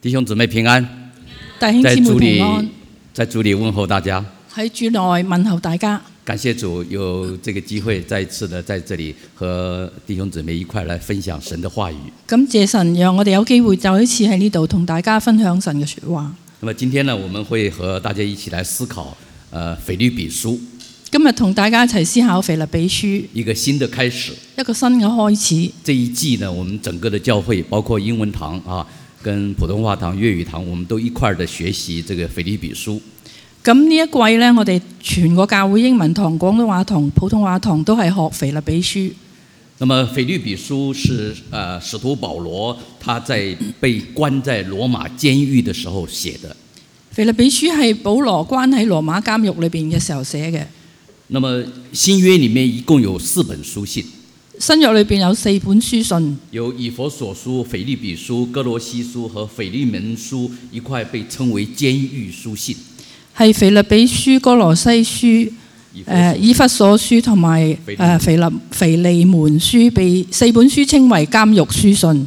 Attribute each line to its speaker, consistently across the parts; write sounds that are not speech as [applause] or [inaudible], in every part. Speaker 1: 弟兄姊妹平安，
Speaker 2: 弟兄
Speaker 1: 在
Speaker 2: 姊
Speaker 1: 主
Speaker 2: 妹
Speaker 1: 里
Speaker 2: 平安，
Speaker 1: 在主里问候大家，
Speaker 2: 喺主內問候大家，
Speaker 1: 感谢主有这个机会再一次的在这里和弟兄姊妹一块来分享神的话语。
Speaker 2: 感謝神讓我哋有機會就一次喺呢度同大家分享神嘅説話。
Speaker 1: 那么今天呢，我们会和大家一起来思考，呃，腓律比书
Speaker 2: 今日同大家一齊思考腓立比書
Speaker 1: 一个新的开始。
Speaker 2: 一個新嘅開始。
Speaker 1: 这一季呢，我们整个的教会，包括英文堂啊，跟普通话堂、粤语堂，我们都一块儿的学习这个腓律比书。
Speaker 2: 咁呢一季呢，我哋全個教會英文堂、廣東話堂、普通話堂都係學腓立比書。
Speaker 1: 那么《腓律比书是》呃使徒保罗他在被关在罗马监狱的时候写的。
Speaker 2: 腓立比書係保羅關喺羅馬監獄裏邊嘅時候寫嘅。
Speaker 1: 那么新约里面一共有四本书信，
Speaker 2: 新約裏邊有四本書信，
Speaker 1: 有以佛所书、腓律比书、哥罗西书和腓利门书一块被称为监狱书信。
Speaker 2: 係腓立比書、哥羅西書。
Speaker 1: 以弗所
Speaker 2: 誒呃以弗所書同埋誒腓立腓利門書被四本書稱為監獄書信。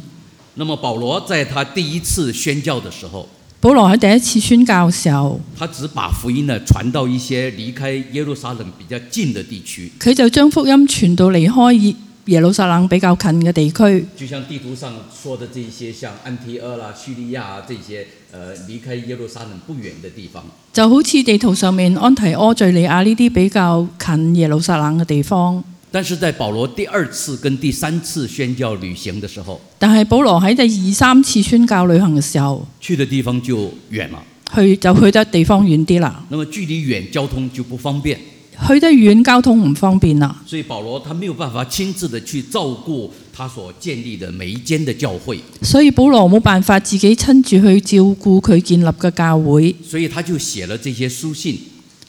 Speaker 1: 那么保罗在他第一次宣教的时候，
Speaker 2: 保羅喺第一次宣教嘅時候，
Speaker 1: 他只把福音呢传到一些离开耶路撒冷比较近的地区，
Speaker 2: 佢就將福音傳到離開耶耶路撒冷比較近嘅地區，
Speaker 1: 就像地图上说的这些，像安提阿啦、叙利亚啊这些，呃，离开耶路撒冷不远的地方。
Speaker 2: 就好似地圖上面安提阿、敍利亞呢啲比較近耶路撒冷嘅地方。
Speaker 1: 但是在保罗第二次跟第三次宣教旅行的时候，
Speaker 2: 但係保羅喺第二三次宣教旅行嘅時候，
Speaker 1: 去的地方就远了，
Speaker 2: 去就去得地方遠啲啦，
Speaker 1: 那么距离远，交通就不方便，
Speaker 2: 去得遠交通唔方便啦，
Speaker 1: 所以保罗他没有办法亲自的去照顾他所建立的每一间的教会，
Speaker 2: 所以保羅冇辦法自己親自去照顧佢建立嘅教會。
Speaker 1: 所以他就写了这些书信，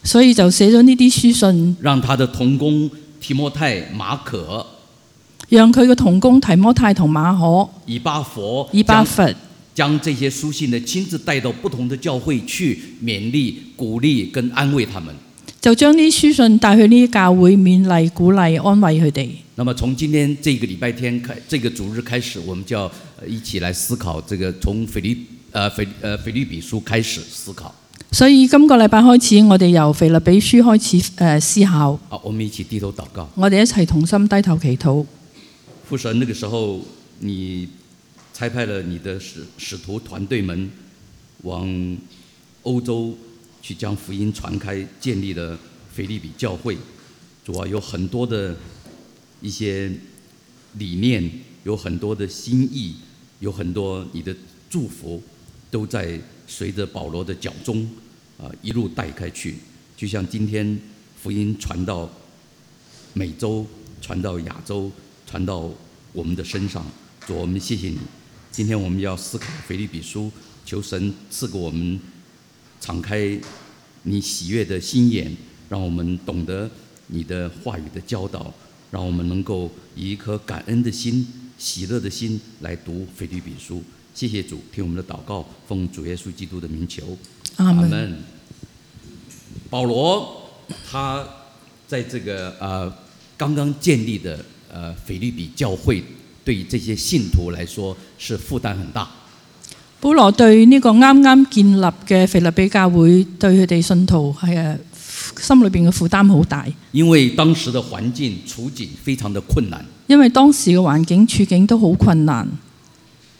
Speaker 2: 所以就寫咗呢啲書信，
Speaker 1: 让他的同工提摩太、马可、
Speaker 2: 讓佢嘅同工提摩太同馬可、
Speaker 1: 以巴佛、
Speaker 2: 以巴
Speaker 1: 将
Speaker 2: 佛
Speaker 1: 将这些书信呢亲自带到不同的教会去勉励、鼓励跟安慰他们。
Speaker 2: 就將呢啲書信帶去呢啲教會，勉勵、鼓勵、安慰佢哋。
Speaker 1: 那么从今天这个礼拜天开，这个主日开始，我们就要呃一起来思考这个从腓律呃腓呃腓律比书开始思考。
Speaker 2: 所以今個禮拜開始，我哋由腓立比書開始誒、呃思考，
Speaker 1: 好，我们一起低头祷告。
Speaker 2: 我哋一齊同心低頭祈禱。
Speaker 1: 父神，那个时候你差派了你的使使徒团队们往欧洲去将福音传开，建立了腓利比教会。主啊，有很多的一些理念，有很多的心意，有很多你的祝福，都在随着保罗的脚中啊、一路带开去。就像今天福音传到美洲，传到亚洲，传到我们的身上。主，我们谢谢你。今天我们要思考腓立比书，求神赐给我们敞开你喜悦的心眼，让我们懂得你的话语的教导，让我们能够以一颗感恩的心、喜乐的心来读腓立比书。谢谢主，听我们的祷告，奉主耶稣基督的名求。
Speaker 2: 阿
Speaker 1: 阿
Speaker 2: 門。
Speaker 1: 门。保罗他在这个呃刚刚建立的呃腓利比教会，对于这些信徒来说是负担很大。
Speaker 2: 保羅對呢個啱啱建立嘅腓立比教會，對佢哋信徒係誒心裏邊嘅負擔好大，
Speaker 1: 因为当时的环境处境非常的困难，
Speaker 2: 因為當時嘅環境處境都好困難。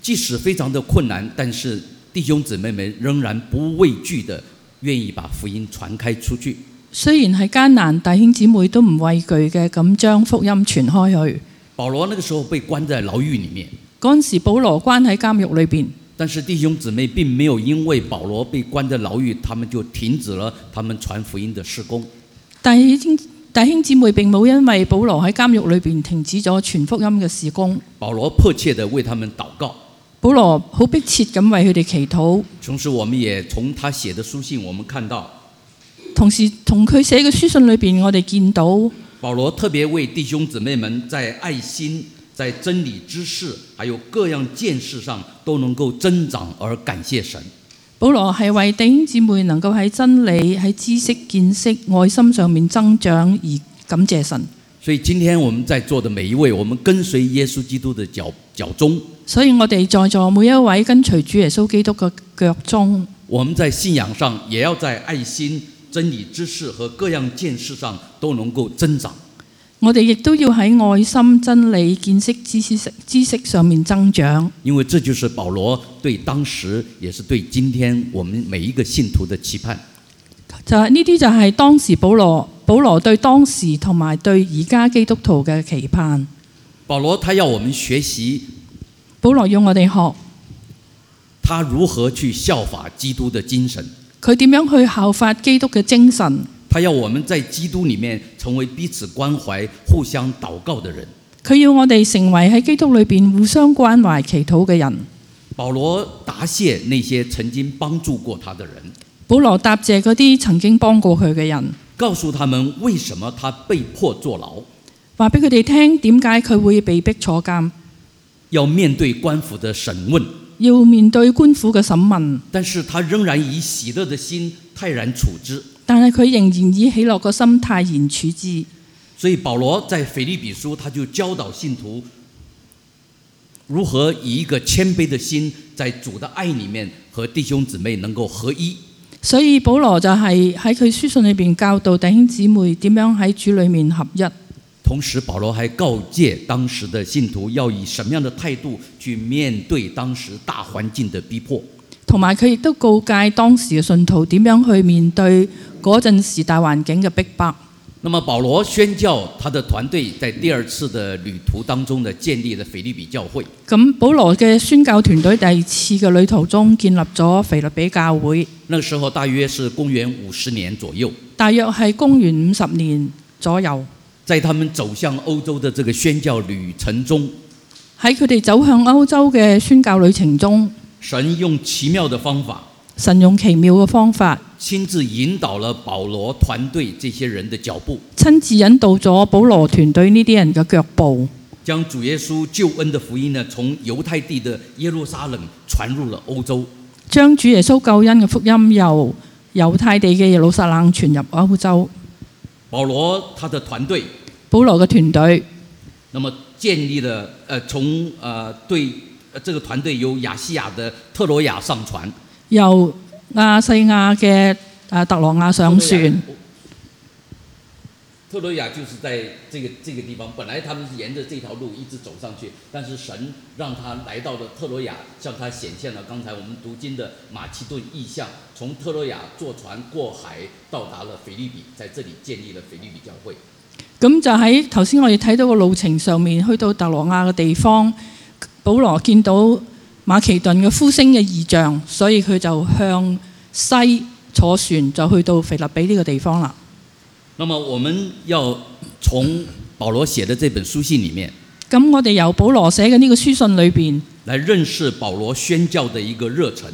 Speaker 1: 即使非常的困难，但是弟兄姊妹们仍然不畏惧的，愿意把福音传开出去。
Speaker 2: 雖然係艱難，弟兄姊妹都唔畏懼嘅，咁將福音傳開去。
Speaker 1: 保罗那个时候被关在牢狱里面，
Speaker 2: 嗰陣時，保羅關喺監獄裏邊，
Speaker 1: 但是弟兄姊妹并没有因为保罗被关在牢狱，他们就停止了他们传福音的施工。
Speaker 2: 弟兄弟兄姊妹並冇因為保羅喺監獄裏邊停止咗傳福音嘅事工。
Speaker 1: 保罗迫切地为他们祷告。
Speaker 2: 保羅好迫切咁為佢哋祈禱，
Speaker 1: 同时，我们也从他写的书信，我们看到
Speaker 2: 同時同佢寫嘅書信裏邊，我哋見到
Speaker 1: 保罗特别为弟兄姊妹们在爱心、在真理知识，还有各样见识上都能够增长而感谢神。
Speaker 2: 保羅係為弟兄姊妹能夠喺真理、喺知識、見識、愛心上面增長而感謝神。
Speaker 1: 所以，今天我们在座的每一位，我们跟随耶稣基督的脚脚中，
Speaker 2: 所以我哋在座每一位跟隨主耶穌基督嘅腳蹤，
Speaker 1: 我们在信仰上，也要在爱心、真理、知识和各样见识上都能够增长。
Speaker 2: 我哋亦都要喺愛心、真理、見識、知識、知識上面增長。
Speaker 1: 因为这就是保罗对当时，也是对今天我们每一个信徒的期盼。
Speaker 2: 就係呢啲就係當時保羅保羅對當時同埋對而家基督徒嘅期盼。
Speaker 1: 保罗他要我们学习
Speaker 2: 保羅要我哋學
Speaker 1: 他如何去效法基督的精神，
Speaker 2: 佢點樣去效法基督嘅精神，
Speaker 1: 他要我们在基督里面成为彼此关怀、互相祷告的人。
Speaker 2: 佢要我哋成為喺基督裏邊互相關懷祈禱嘅人。
Speaker 1: 保罗答谢那些曾经帮助过他的人，
Speaker 2: 保羅答謝嗰啲曾經幫過佢嘅人，
Speaker 1: 告诉他们为什么他被迫坐牢，
Speaker 2: 話俾佢哋聽點解佢會被逼坐監，
Speaker 1: 要面对官府的审问，
Speaker 2: 要面對官府嘅審問，
Speaker 1: 但是他仍然以喜乐的心泰然处之。
Speaker 2: 但係佢仍然以喜樂個心泰然處之。
Speaker 1: 所以保罗在腓立比书，他就教导信徒如何以一个谦卑的心，在主的爱里面和弟兄姊妹能够合一。
Speaker 2: 所以保羅就係喺佢書信裏邊教導弟兄姊妹點樣喺主裏面合一。
Speaker 1: 同时，保罗还告诫当时的信徒要以什么样的态度去面对当时大环境的逼迫。
Speaker 2: 同埋佢亦都告誡當時嘅信徒點樣去面對嗰陣時大環境嘅逼迫。
Speaker 1: 那么，保罗宣教他的团隊在第二次的旅途当中呢，建立了腓立比教会。
Speaker 2: 咁保羅嘅宣教團隊第二次嘅旅途中建立咗腓立比教會，
Speaker 1: 那个时候大约是公元五十年左右，
Speaker 2: 大約係公元五十年左右。
Speaker 1: 在他们走向欧洲的这个宣教旅程中，
Speaker 2: 喺佢哋走向歐洲嘅宣教旅程中，
Speaker 1: 神用奇妙的方法，
Speaker 2: 神用奇妙嘅方法，
Speaker 1: 亲自引导了保罗团队这些人的脚步，
Speaker 2: 親自引導咗保羅團隊呢啲人嘅腳步，
Speaker 1: 将主耶稣救恩的福音呢，从犹太地的耶路撒冷传入了欧洲。
Speaker 2: 將主耶穌救恩嘅福音由猶太地嘅耶路撒冷傳入歐洲。
Speaker 1: 保罗他的团队，
Speaker 2: 保羅嘅團隊
Speaker 1: 那么建立了呃，从呃对呃这个团队由亚细亚的特罗亚上船，
Speaker 2: 由亞細亞嘅啊特羅亞上
Speaker 1: 嗯
Speaker 2: 船，。
Speaker 1: 特罗亚就是在这个这个地方，本来他们是沿着这条路一直走上去，但是神让他来到了特罗亚，向他显现了刚才我们读经的马其顿意象，从特罗亚坐船过海到达了腓立比，在这里建立了腓立比教会。
Speaker 2: 咁就喺頭先我哋睇到個路程上面，去到特羅亞嘅地方，保羅見到馬其頓嘅呼聲嘅異象，所以佢就向西坐船就去到腓立比呢個地方啦。
Speaker 1: 那么我们要从保罗写的这本书信里面
Speaker 2: 咁我哋由保羅寫嘅呢個書信裏邊，
Speaker 1: 来认识保罗宣教的一个热忱，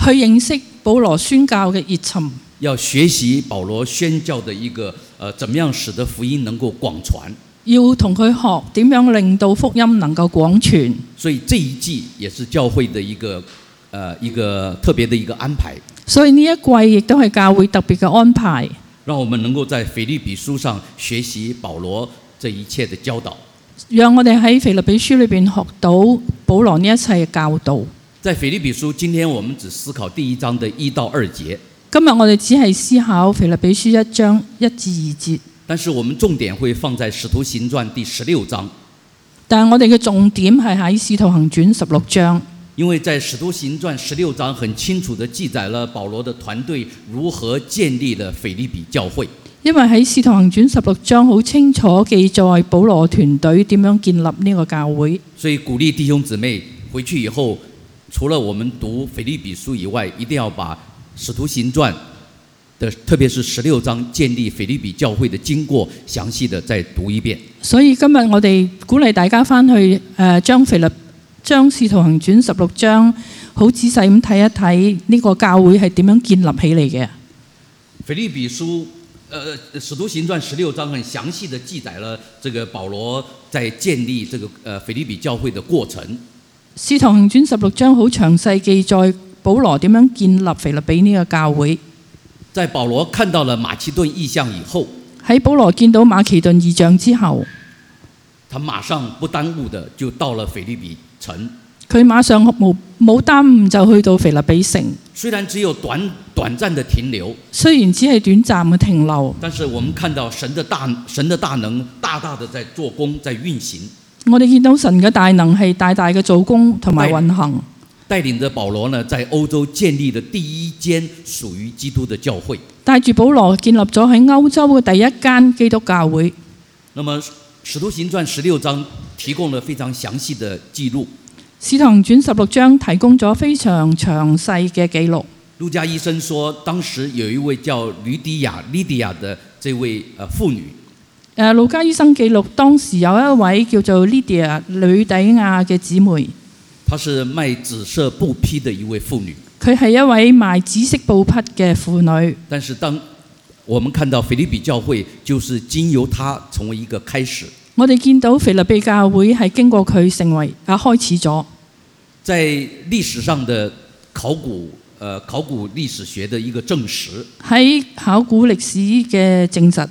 Speaker 2: 去認識保羅宣教嘅熱忱，
Speaker 1: 要学习保罗宣教的一个呃怎么样使得福音能够广传。
Speaker 2: 要同佢學點樣令到福音能夠廣傳。
Speaker 1: 所以这一季也是教会的一个呃一个特别的一个安排，
Speaker 2: 所以呢一季亦都係教會特別嘅安排。
Speaker 1: 让我们能够在腓立比书上学习保罗这一切的教导。
Speaker 2: 讓我哋喺腓立比書裏邊學到保羅呢一切嘅教導。
Speaker 1: 在腓立比书，今天我们只思考第一章的一到二节，
Speaker 2: 今日我哋只係思考腓立比書一章一至二節，
Speaker 1: 但是我们重点会放在使徒行传第十六章，
Speaker 2: 但係我哋嘅重點係喺《使徒行傳》十六章，
Speaker 1: 因为在使徒行传十六章很清楚地记载了保罗的团队如何建立了腓立比教会。
Speaker 2: 因為喺《使徒行傳》十六章好清楚記載保羅團隊點樣建立呢個教會。
Speaker 1: 所以鼓励弟兄姊妹回去以后，除了我们读腓立比书以外，一定要把《使徒行传》的，特别是十六章建立腓立比教会的经过，详细的再读一遍。
Speaker 2: 所以今日我哋鼓勵大家翻去誒、呃、將腓立將《使徒行傳》十六章好仔細咁睇一睇呢個教會係點樣建立起嚟嘅。
Speaker 1: 腓立比书，呃，《使徒行传》十六章很详细的记载了这个保罗在建立这个呃腓立比教会的过程。
Speaker 2: 《使徒行傳》十六章好詳細記載保羅點樣建立腓立比呢個教會。
Speaker 1: 在保罗看到了马其顿意象以后，
Speaker 2: 喺保羅見到馬其頓異象之後，
Speaker 1: 他马上不耽误的就到了腓立比城，
Speaker 2: 佢馬上無冇耽誤就去到腓立比城，
Speaker 1: 虽然只有短短暂的停留，
Speaker 2: 雖然只係短暫嘅停留，
Speaker 1: 但是我们看到神的大神的大能大大的在做工，在运行，
Speaker 2: 我哋見到神嘅大能係大大嘅做工同埋
Speaker 1: 係
Speaker 2: 運行。
Speaker 1: 带领着保罗呢在欧洲建立的第一间属于基督的教会。
Speaker 2: 帶住保羅建立咗喺歐洲嘅第一間基督教會。
Speaker 1: 那么，《使徒行传》十六章提供了非常详细的记录。
Speaker 2: 使徒行傳十六章提供咗非常詳細嘅記錄。
Speaker 1: 路加医生说，当时有一位叫吕底亚莉迪亚的这位呃妇女，
Speaker 2: 誒，路加醫生記錄當時有一位叫做 Lydia 吕底亞嘅姊妹，
Speaker 1: 她是卖紫色布匹的一位妇女。
Speaker 2: 佢係一位賣紫色布匹嘅婦女。
Speaker 1: 但是当我们看到菲利比教会，就是经由她成为一个开始。
Speaker 2: 我哋見到腓立比教會係經過佢成為啊開始咗
Speaker 1: 在历史上的考古，呃，考古历史学的一个证实。
Speaker 2: 喺考古歷史嘅證實。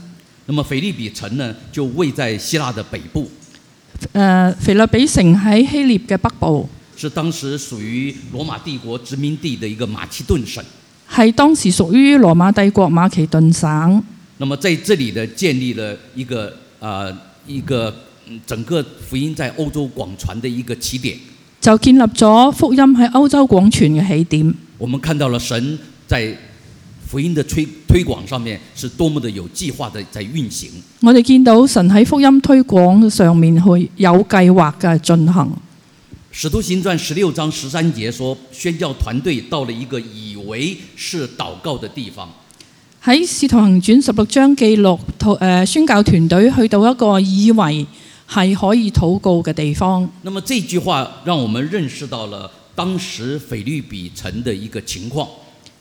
Speaker 1: 那么腓利比城呢，就位在希腊的北部，
Speaker 2: 誒、腓立比城喺希臘嘅北部，
Speaker 1: 是当时属于罗马帝国殖民地的一个马其顿省。
Speaker 2: 係當時屬於羅馬帝國馬其頓省。
Speaker 1: 那么在这里呢，建立了一个呃一个嗯整个福音在欧洲广传的一个起点。
Speaker 2: 就建立咗福音喺歐洲廣傳嘅起點。
Speaker 1: 我们看到了神在福音的推推廣上面是多么的有计划的在运行。
Speaker 2: 我哋見到神喺福音推廣上面去有計劃嘅進行。
Speaker 1: 使徒行传十六章十三节说，宣教团队到了一个以为是祷告的地方，
Speaker 2: 喺《使徒行傳》十六章記錄，誒、呃、宣教團隊去到一個以為係可以禱告嘅地方。
Speaker 1: 那么这句话让我们认识到了当时腓律比城的一个情况。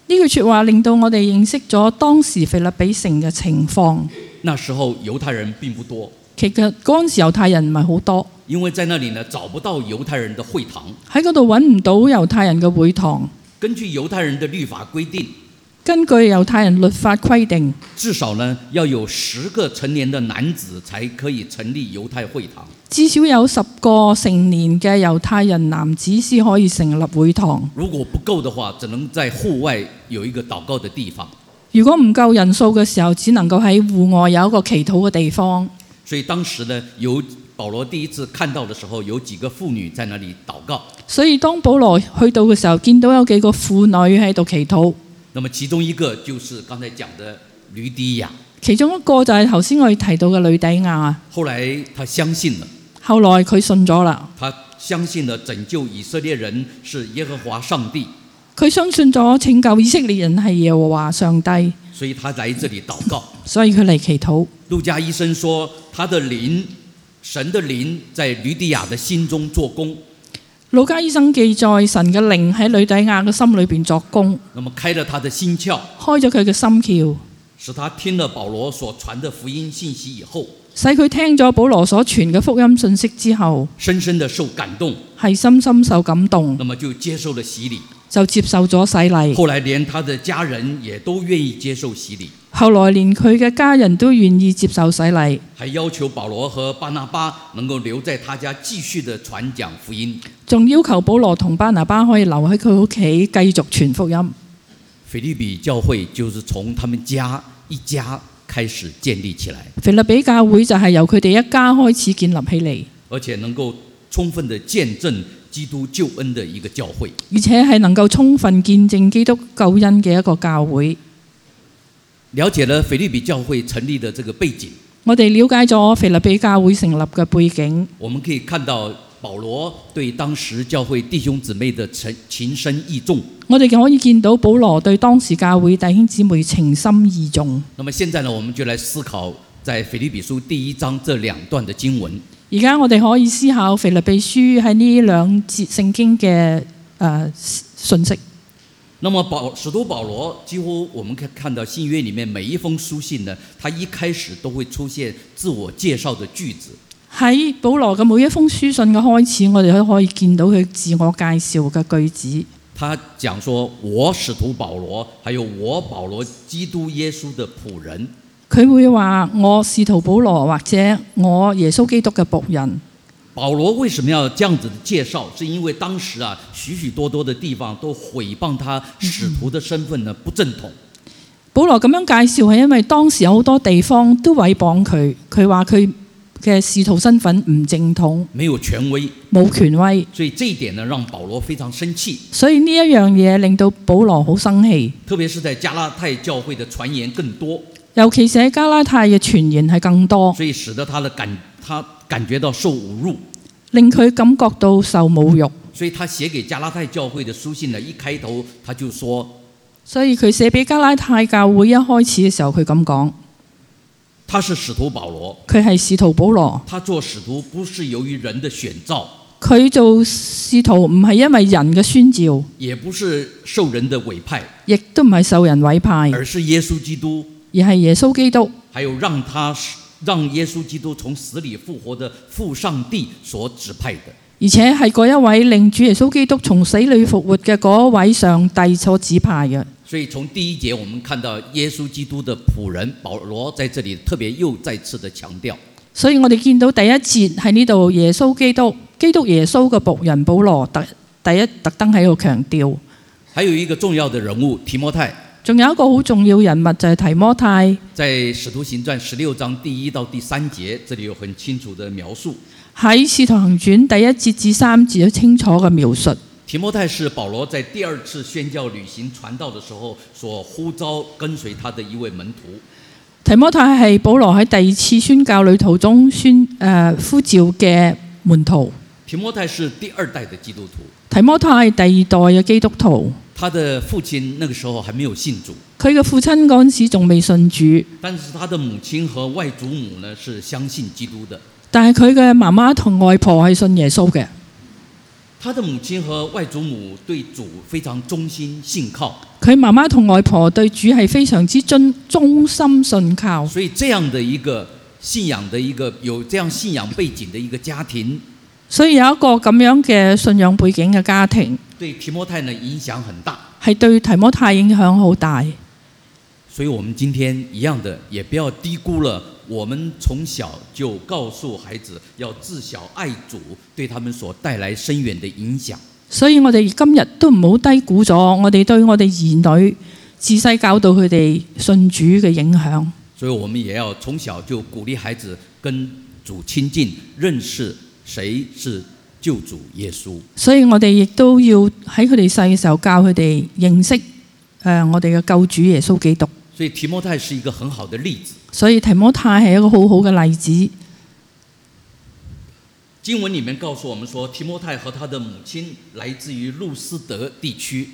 Speaker 2: 呢句説話令到我哋認識咗當時腓立比城嘅情況。
Speaker 1: 那时候犹太人并不多，
Speaker 2: 其實嗰陣時猶太人唔係好多，
Speaker 1: 因为在那里呢找不到犹太人的会堂。
Speaker 2: 喺嗰度揾唔到猶太人嘅會堂。
Speaker 1: 根据猶太人的律法規定，
Speaker 2: 根據猶太人律法規定，
Speaker 1: 至少呢要有十个成年的男子才可以成立猶太会堂。
Speaker 2: 至少有十個成年嘅猶太人男子先可以成立會堂。
Speaker 1: 如果不够的话，只能在户外有一个祷告的地方。
Speaker 2: 如果唔夠人數嘅時候，只能夠喺户外有一個祈禱嘅地方。
Speaker 1: 所以当时呢，有保罗第一次看到的时候，有几个妇女在那里祷告。
Speaker 2: 所以當保羅去到嘅時候，見到有幾個婦女喺度祈禱，
Speaker 1: 那么其中一个就是刚才讲的吕底亚，
Speaker 2: 其中一個就係頭先我哋提到嘅女底亞。
Speaker 1: 后来她相信了，
Speaker 2: 後來佢信咗啦，
Speaker 1: 她相信了拯救以色列人是耶和华上帝，
Speaker 2: 佢相信咗拯救以色列人係耶和華上帝，
Speaker 1: 所以她来这里祷告。
Speaker 2: 所以佢嚟祈禱。
Speaker 1: 路加医生说，他的灵，神的灵在吕底亚的心中做工，
Speaker 2: 路加醫生記載神嘅靈喺女底亞嘅心裏邊作工，
Speaker 1: 那么开了他的心窍，
Speaker 2: 開咗佢嘅心竅。
Speaker 1: 使他听了保罗所传的福音信息以后，
Speaker 2: 使佢聽咗保羅所傳嘅福音信息之後，
Speaker 1: 深深的受感动，
Speaker 2: 係深深受感動，
Speaker 1: 那么就接受了洗礼。
Speaker 2: 就接受咗洗禮。
Speaker 1: 后来连他的家人也都愿意接受洗礼，
Speaker 2: 後來連佢嘅家人都願意接受洗禮，
Speaker 1: 还要求保罗和巴拿巴能够留在他家继续的传讲福音。
Speaker 2: 仲要求保羅同巴拿巴可以留喺佢屋企繼續傳福音。
Speaker 1: 腓利比教会就是从他们家一家开始建立起来，
Speaker 2: 腓立比教會就係由佢哋一家開始建立起嚟，
Speaker 1: 而且能够充分的见证基督救恩的一个教会。
Speaker 2: 而且係能夠充分見證基督救恩嘅一個教會。
Speaker 1: 了解了腓利比教会成立的这个背景，
Speaker 2: 我哋了解咗腓立比教會成立嘅背景，
Speaker 1: 我们可以看到保罗对当时教会弟兄姊妹的情情深意重。
Speaker 2: 我哋可以見到保羅對當時教會弟兄姊妹情深意重。
Speaker 1: 那么现在呢，我们就来思考在腓立比书第一章这两段的经文。
Speaker 2: 而家我哋可以思考腓立比書喺呢兩節聖經嘅誒、呃信息。
Speaker 1: 那么保使徒保罗几乎我们可以看到新约里面每一封书信呢，他一开始都会出现自我介绍的句子。
Speaker 2: 喺保羅嘅每一封書信嘅開始，我哋都可以見到佢自我介紹嘅句子。
Speaker 1: 他讲说：“我使徒保罗，还有我保罗基督耶稣的仆人。
Speaker 2: 佢會話：我是徒保羅，或者我耶穌基督嘅仆人。”
Speaker 1: 保罗为什么要这样子的介绍？是因为当时啊，许许多多的地方都毁谤他使徒的身份呢不正统。
Speaker 2: 保羅咁樣介紹係因為當時有好多地方都毀謗佢，佢話佢嘅仕途身份唔正統，
Speaker 1: 没有权威，
Speaker 2: 冇權威，
Speaker 1: 所以这一点呢让保罗非常生氣，
Speaker 2: 所以呢一樣嘢令到保羅好生氣。
Speaker 1: 特别是在加拉太教会的传言更多，
Speaker 2: 尤其是喺加拉太嘅傳言係更多，
Speaker 1: 所以使得他的感他感觉到受侮辱，
Speaker 2: 令佢感覺到受侮辱。
Speaker 1: 所以他写给加拉太教会的书信呢，一开头他就说
Speaker 2: 所以佢寫俾加拉太教會一開始嘅時候，佢咁講：
Speaker 1: 他是使徒保罗，
Speaker 2: 佢係使徒保羅，
Speaker 1: 他做使徒不是由于人的选召，
Speaker 2: 佢做使徒唔係因為人嘅宣召，
Speaker 1: 也不是受人的委派，
Speaker 2: 亦都唔係受人委派，
Speaker 1: 而是耶稣基督，
Speaker 2: 而係耶穌基督，
Speaker 1: 还有让他让耶稣基督从死里复活的父上帝所指派的。
Speaker 2: 而且係嗰一位令主耶穌基督從死裏復活嘅嗰位上帝所指派嘅。
Speaker 1: 所以从第一节我们看到耶稣基督的仆人保罗在这里特别又再次的强调，
Speaker 2: 所以我哋見到第一節喺呢度，耶穌基督，基督耶穌嘅仆人保羅特第一特登喺度強調。
Speaker 1: 还有一个重要的人物提摩太，
Speaker 2: 仲有一個好重要人物就係、提摩太，
Speaker 1: 在《使徒行传》十六章第一到第三节，这里有很清楚的描述。
Speaker 2: 喺《使徒行傳》第一節至三節有清楚嘅描述。
Speaker 1: 提摩太是保罗在第二次宣教旅行传道的时候所呼召跟随他的一位门徒。
Speaker 2: 提摩太係保羅喺第二次宣教旅途中宣誒、呃呼召嘅門徒。
Speaker 1: 提摩太是第二代的基督徒，
Speaker 2: 提摩太係第二代嘅基督徒，
Speaker 1: 他的父亲那个时候还没有信主，
Speaker 2: 佢嘅父親嗰陣時仲未信主，
Speaker 1: 但是他的母亲和外祖母呢是相信基督的。
Speaker 2: 但係佢嘅媽媽同外婆係信耶穌嘅。
Speaker 1: 他的母亲和外祖母对主非常忠心信靠，
Speaker 2: 佢媽媽同外婆對主係非常之忠忠心信靠，
Speaker 1: 所以这样的一个信仰的一个有这样信仰背景的一个家庭，
Speaker 2: 所以有一個咁樣嘅信仰背景嘅家庭，
Speaker 1: 对提摩太呢影响很大。
Speaker 2: 係對提摩太影響好大。
Speaker 1: 所以我们今天一样的，也不要低估了我们从小就告诉孩子要自小爱主，对他们所带来深远的影响。
Speaker 2: 所以我哋今日都唔好低估咗我哋對我哋兒女自細教導佢哋信主嘅影響。
Speaker 1: 所以我们也要从小就鼓励孩子跟主亲近，认识谁是救主耶稣。
Speaker 2: 所以我哋亦都要喺佢哋細嘅時候教佢哋認識誒、呃我哋嘅救主耶穌基督。
Speaker 1: 所以提摩太是一个很好的例子。
Speaker 2: 所以提摩太係一個好好嘅例子。
Speaker 1: 经文里面告诉我们说，提摩太和他的母亲来自于路斯德地区，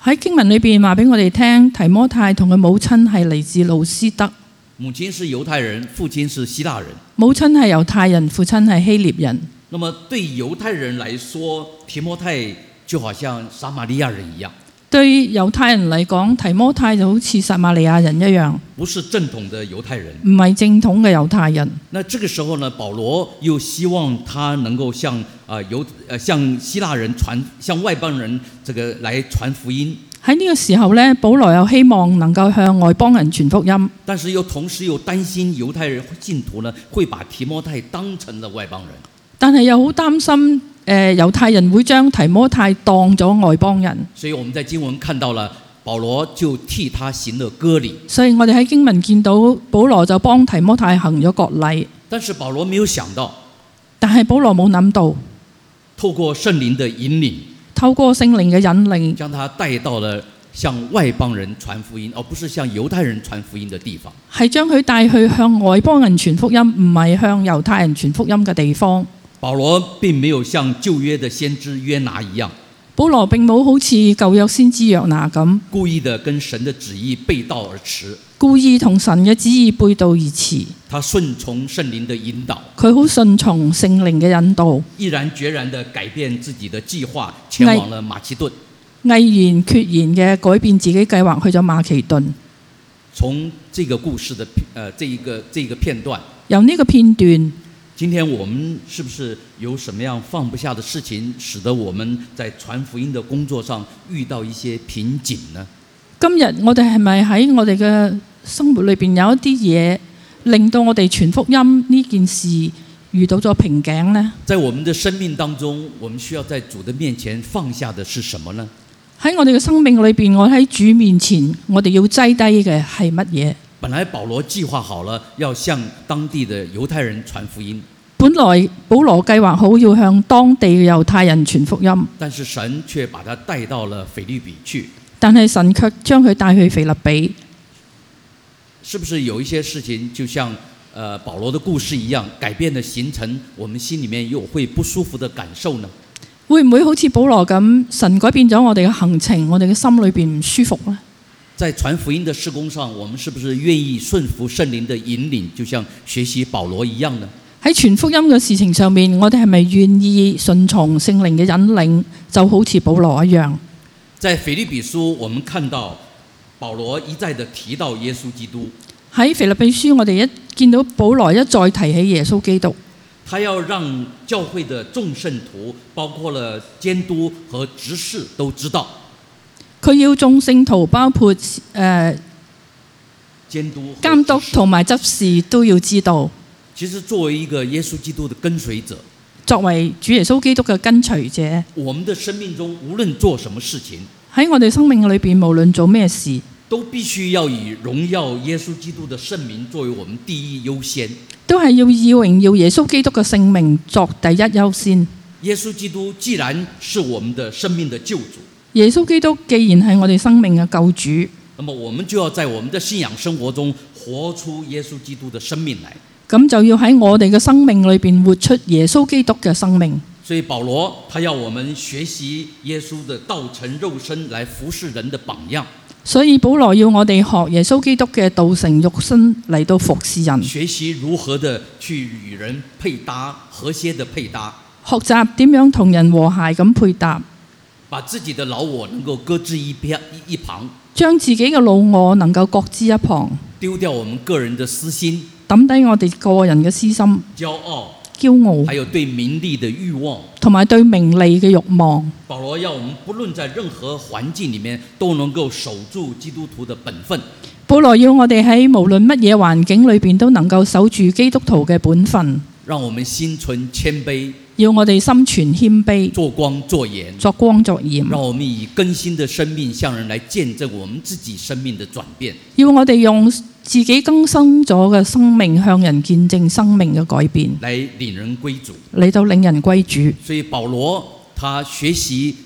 Speaker 2: 喺經文裏邊話俾我哋聽，提摩太同佢母親係嚟自路斯德，
Speaker 1: 母亲是犹太人，父亲是希腊人。
Speaker 2: 母親係猶太人，父親係希臘人。
Speaker 1: 那么对犹太人来说，提摩太就好像撒玛利亚人一样，
Speaker 2: 對猶太人嚟講，提摩太就好似撒瑪利亞人一樣，
Speaker 1: 不是正统的犹太人。
Speaker 2: 唔係正統嘅猶太人。
Speaker 1: 那这个时候呢，保罗又希望他能够向啊、犹呃向希腊人传，向外邦人这个来传福音，
Speaker 2: 喺呢個時候呢，保羅又希望能夠向外邦人傳福音，
Speaker 1: 但是又同时又担心犹太人信徒呢会把提摩太当成了外邦人，
Speaker 2: 但係又好擔心誒、呃、猶太人會將提摩太當咗外邦人，
Speaker 1: 所以我们在经文看到了保罗就替他行了割礼，
Speaker 2: 所以我哋喺經文見到保羅就幫提摩太行咗割禮，
Speaker 1: 但是保罗没有想到，
Speaker 2: 但係保羅冇諗到
Speaker 1: 透过圣灵的引领。
Speaker 2: 透過聖靈嘅引領。
Speaker 1: 将他带到了向外邦人传福音，而不是向犹太人传福音的地方。
Speaker 2: 係將佢帶去向外邦人傳福音，唔係向猶太人傳福音嘅地方。
Speaker 1: 保罗并没有像旧约的先知约拿一样，
Speaker 2: 保羅並冇好似舊約先知約拿咁，
Speaker 1: 故意的跟神的旨意背道而驰。
Speaker 2: 故意同神嘅旨意背道而馳。
Speaker 1: 他顺从圣灵的引导，
Speaker 2: 佢好順從聖靈嘅引導，
Speaker 1: 毅然决然地改变自己的计划，前往了马其顿。
Speaker 2: 毅然決然嘅改變自己計劃，去咗馬其頓。
Speaker 1: 从这个故事的呃这一个这一个片段，
Speaker 2: 由呢個片段，
Speaker 1: 今天我们是不是有什么样放不下的事情，使得我们在传福音的工作上遇到一些瓶颈呢？
Speaker 2: 今日我哋係咪喺我哋嘅生活裏邊有一啲嘢，令到我哋傳福音呢件事遇到咗瓶頸呢？
Speaker 1: 在我们的生命当中，我们需要在主的面前放下的是什么呢？
Speaker 2: 喺我哋嘅生命裏邊，我喺主面前，我哋要擠低嘅係乜嘢？
Speaker 1: 本来保罗计划好了要向当地的犹太人传福音，
Speaker 2: 本來保羅計劃好要向當地嘅猶太人傳福音，
Speaker 1: 但是神却把他带到了腓立比去。
Speaker 2: 但係神卻將佢帶去腓立比。
Speaker 1: 是不是有一些事情，就像呃保罗的故事一样，改变了行程，我们心里面又会不舒服的感受呢？
Speaker 2: 會唔會好似保羅咁，神改變咗我哋嘅行程，我哋嘅心裏邊唔舒服呢？
Speaker 1: 在传福音的施工上，我们是不是愿意顺服圣灵的引领，就像学习保罗一样呢？
Speaker 2: 喺傳福音嘅事情上面，我哋係咪願意順從聖靈嘅引領，就好似保羅一樣？
Speaker 1: 在腓立比书，我们看到保罗一再的提到耶稣基督，
Speaker 2: 喺腓立比書，我哋一見到保羅一再提起耶穌基督，
Speaker 1: 他要让教会的众圣徒，包括了监督和执事都知道，
Speaker 2: 佢要眾聖徒包括誒、呃、
Speaker 1: 监督和
Speaker 2: 監督
Speaker 1: 执事
Speaker 2: 同埋執事都要知道。
Speaker 1: 其实作为一个耶稣基督的跟随者，
Speaker 2: 作為主耶穌基督嘅跟隨者，
Speaker 1: 我们的生命中无论做什么事情，
Speaker 2: 喺我哋生命裏邊，無論做咩事，
Speaker 1: 都必须要以荣耀耶稣基督的圣名作为我们第一优先。
Speaker 2: 都係要以榮耀耶穌基督嘅聖名作第一優先。
Speaker 1: 耶稣基督既然是我们的生命的救主，
Speaker 2: 耶穌基督既然係我哋生命嘅救主，
Speaker 1: 那么我们就要在我们的信仰生活中活出耶稣基督的生命来。
Speaker 2: 咁就要喺我哋嘅生命裏邊活出耶穌基督嘅生命。
Speaker 1: 所以保罗他要我们学习耶稣的道成肉身来服侍人的榜样，
Speaker 2: 所以保羅要我哋學耶穌基督嘅道成肉身嚟到服侍人，
Speaker 1: 学习如何的去与人配搭，和谐的配搭，
Speaker 2: 學習點樣同人和諧咁配搭，
Speaker 1: 把自己的老我能够搁置一边一一旁，
Speaker 2: 將自己嘅老我能夠各之一旁，
Speaker 1: 丢掉我们个人的私心、
Speaker 2: 抌低我哋個人嘅私心、
Speaker 1: 骄傲，
Speaker 2: 驕傲
Speaker 1: 还。有对名利的欲望。
Speaker 2: 同埋對名利嘅慾望。
Speaker 1: 保罗要我们不论在任何环境里面都能够守住基督徒的本分，
Speaker 2: 保羅要我哋喺無論乜嘢環境裏邊都能夠守住基督徒嘅本分，
Speaker 1: 让我们心存谦卑，
Speaker 2: 要我哋心存謙卑，
Speaker 1: 做光做盐，
Speaker 2: 作光作鹽。
Speaker 1: 让我们以更新的生命向人来见证我们自己生命的转变。
Speaker 2: 要我哋用自己更新咗嘅生命向人見證生命嘅改變，
Speaker 1: 来领人归主。
Speaker 2: 嚟到令人歸主。
Speaker 1: 所以保罗他学习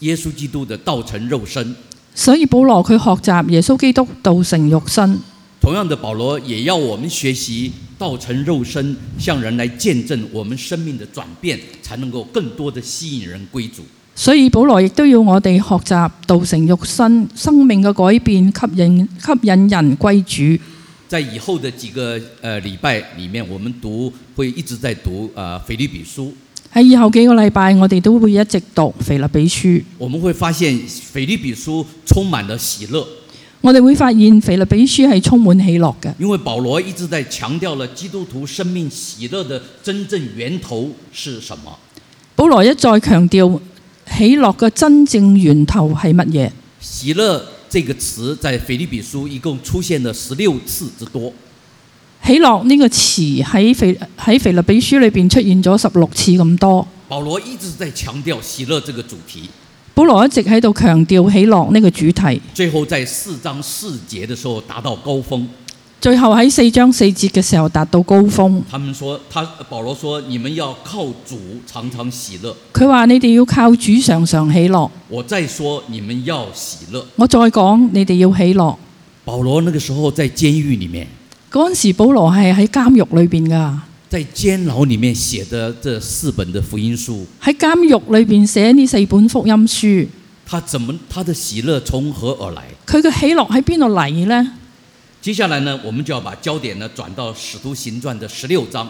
Speaker 1: 耶稣基督的道成肉身，
Speaker 2: 所以保羅佢學習耶穌基督道成肉身，
Speaker 1: 同样的，保罗也要我们学习道成肉身，向人来见证我们生命的转变，才能够更多的吸引人归主。
Speaker 2: 所以保羅亦都要我哋學習道成肉身，生命嘅改變吸引吸引人歸主。
Speaker 1: 在以后的几个呃礼拜里面，我们读会一直在读呃腓立比书，
Speaker 2: 喺以後幾個禮拜，我哋都會一直讀腓立比書。
Speaker 1: 我们会发现腓立比書充满了喜乐，
Speaker 2: 我哋會發現腓立比書係充滿喜樂嘅，
Speaker 1: 因为保罗一直在强调了基督徒生命喜乐的真正源头是什么。
Speaker 2: 保羅一再強調喜樂嘅真正源頭係乜嘢？
Speaker 1: 喜乐这个词在腓立比书一共出现了十六次之多，
Speaker 2: 喜樂呢個詞喺腓喺腓立比書裏邊出現咗十六次咁多。
Speaker 1: 保罗一直在强调喜乐这个主题。
Speaker 2: 保羅一直喺度強調喜樂呢個主題，
Speaker 1: 最后在四章四节的时候达到高峰，
Speaker 2: 最後喺四章四節嘅時候達到高峰。
Speaker 1: 他们说他保罗说你们要靠主常常喜乐。
Speaker 2: 佢話：你哋要靠主常常喜樂。
Speaker 1: 我再说，你们要喜乐。
Speaker 2: 我再講，你哋要喜樂。
Speaker 1: 保罗那个时候在监狱里面，
Speaker 2: 嗰陣時，保羅係喺監獄裏邊㗎。
Speaker 1: 在监牢里面写的这四本的福音书，
Speaker 2: 喺監獄裏邊寫呢四本福音書，
Speaker 1: 他怎么他的喜乐从何而来？
Speaker 2: 佢嘅喜樂喺邊度嚟呢？
Speaker 1: 接下来呢，我们就要把焦点呢转到《使徒行传》的十六章，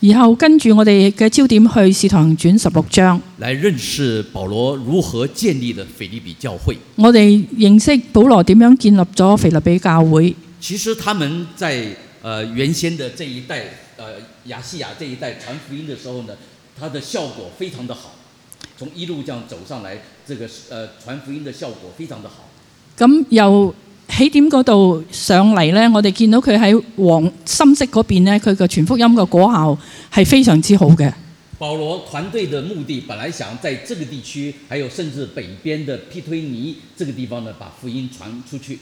Speaker 2: 然後跟住我哋嘅焦點去《使徒行傳》十六章，
Speaker 1: 来认识保罗如何建立的腓立比教会。
Speaker 2: 我哋認識保羅點樣建立咗腓立比教會。
Speaker 1: 其实他们在呃原先的这一代呃亚细亚这一代传福音的时候呢，它的效果非常的好，从一路这样走上来，这个呃传福音的效果非常的好。
Speaker 2: 咁由起點嗰度上嚟呢，我哋見到佢喺黃深色嗰邊呢，佢嘅全福音嘅果效係非常之好嘅。
Speaker 1: 保罗团队的目的本来想在这个地区，还有甚至北边的庇推尼这个地方呢，把福音传出去。